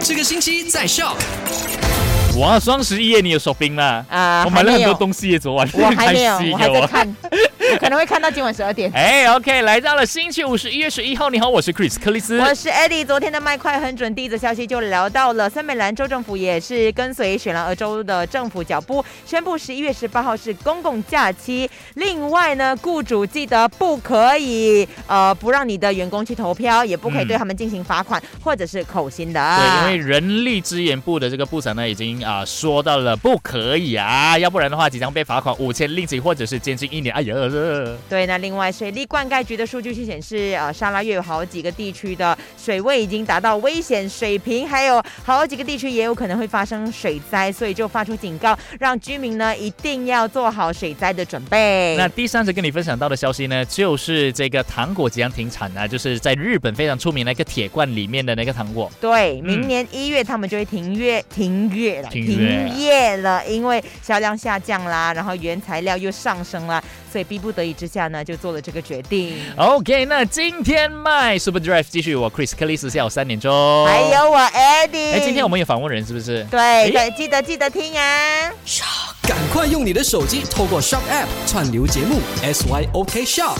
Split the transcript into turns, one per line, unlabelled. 这个星期在 Shop
哇，双十一耶你有 shopping 啦？
啊
我买了
还
很
没有
多东西耶，昨晚
我还 没有，
很开心
我
耶
还在看，我可能会看到今晚十二点。
哎、o k 来到了星期五十一月十一号，你好，我是 Chris 克里斯。
我是 Eddie，昨天的麦快很准，第一则消息就聊到了森美兰州政府也是跟随雪兰莪州的政府脚步，宣布十一月十八号是公共假期。另外呢，雇主记得不可以呃不让你的员工去投票，也不可以
嗯
对他们进行罚款、或者是扣薪的。
对，因为人力资源部的这个部长呢，已经啊、说到了不可以啊，要不然的话即将被罚款五千令吉或者是监禁一年。哎呀，呃
对，那另外水利灌溉局的数据是显示，呃，沙拉越有好几个地区的水位已经达到危险水平，还有好几个地区也有可能会发生水灾，所以就发出警告，让居民呢一定要做好水灾的准备。
那第三则跟你分享到的消息呢，就是这个糖果即将停产啊，就是在日本非常出名的一个铁罐里面的那个糖果。
对，
嗯
明年一月他们就会停月停月了，
停月
停业了，因为销量下降啦，然后原材料又上升啦，所以逼不得已之下呢，就做了这个决定。
OK，那今天卖 Super Drive 继续我 Chris 克里斯下午三点钟。
还，有我 Eddie，
哦哎，今天我们有访问人是不是？
对对，记得记得听啊。
赶快用你的手机透过 Shop App 串流节目 SYOK Shop。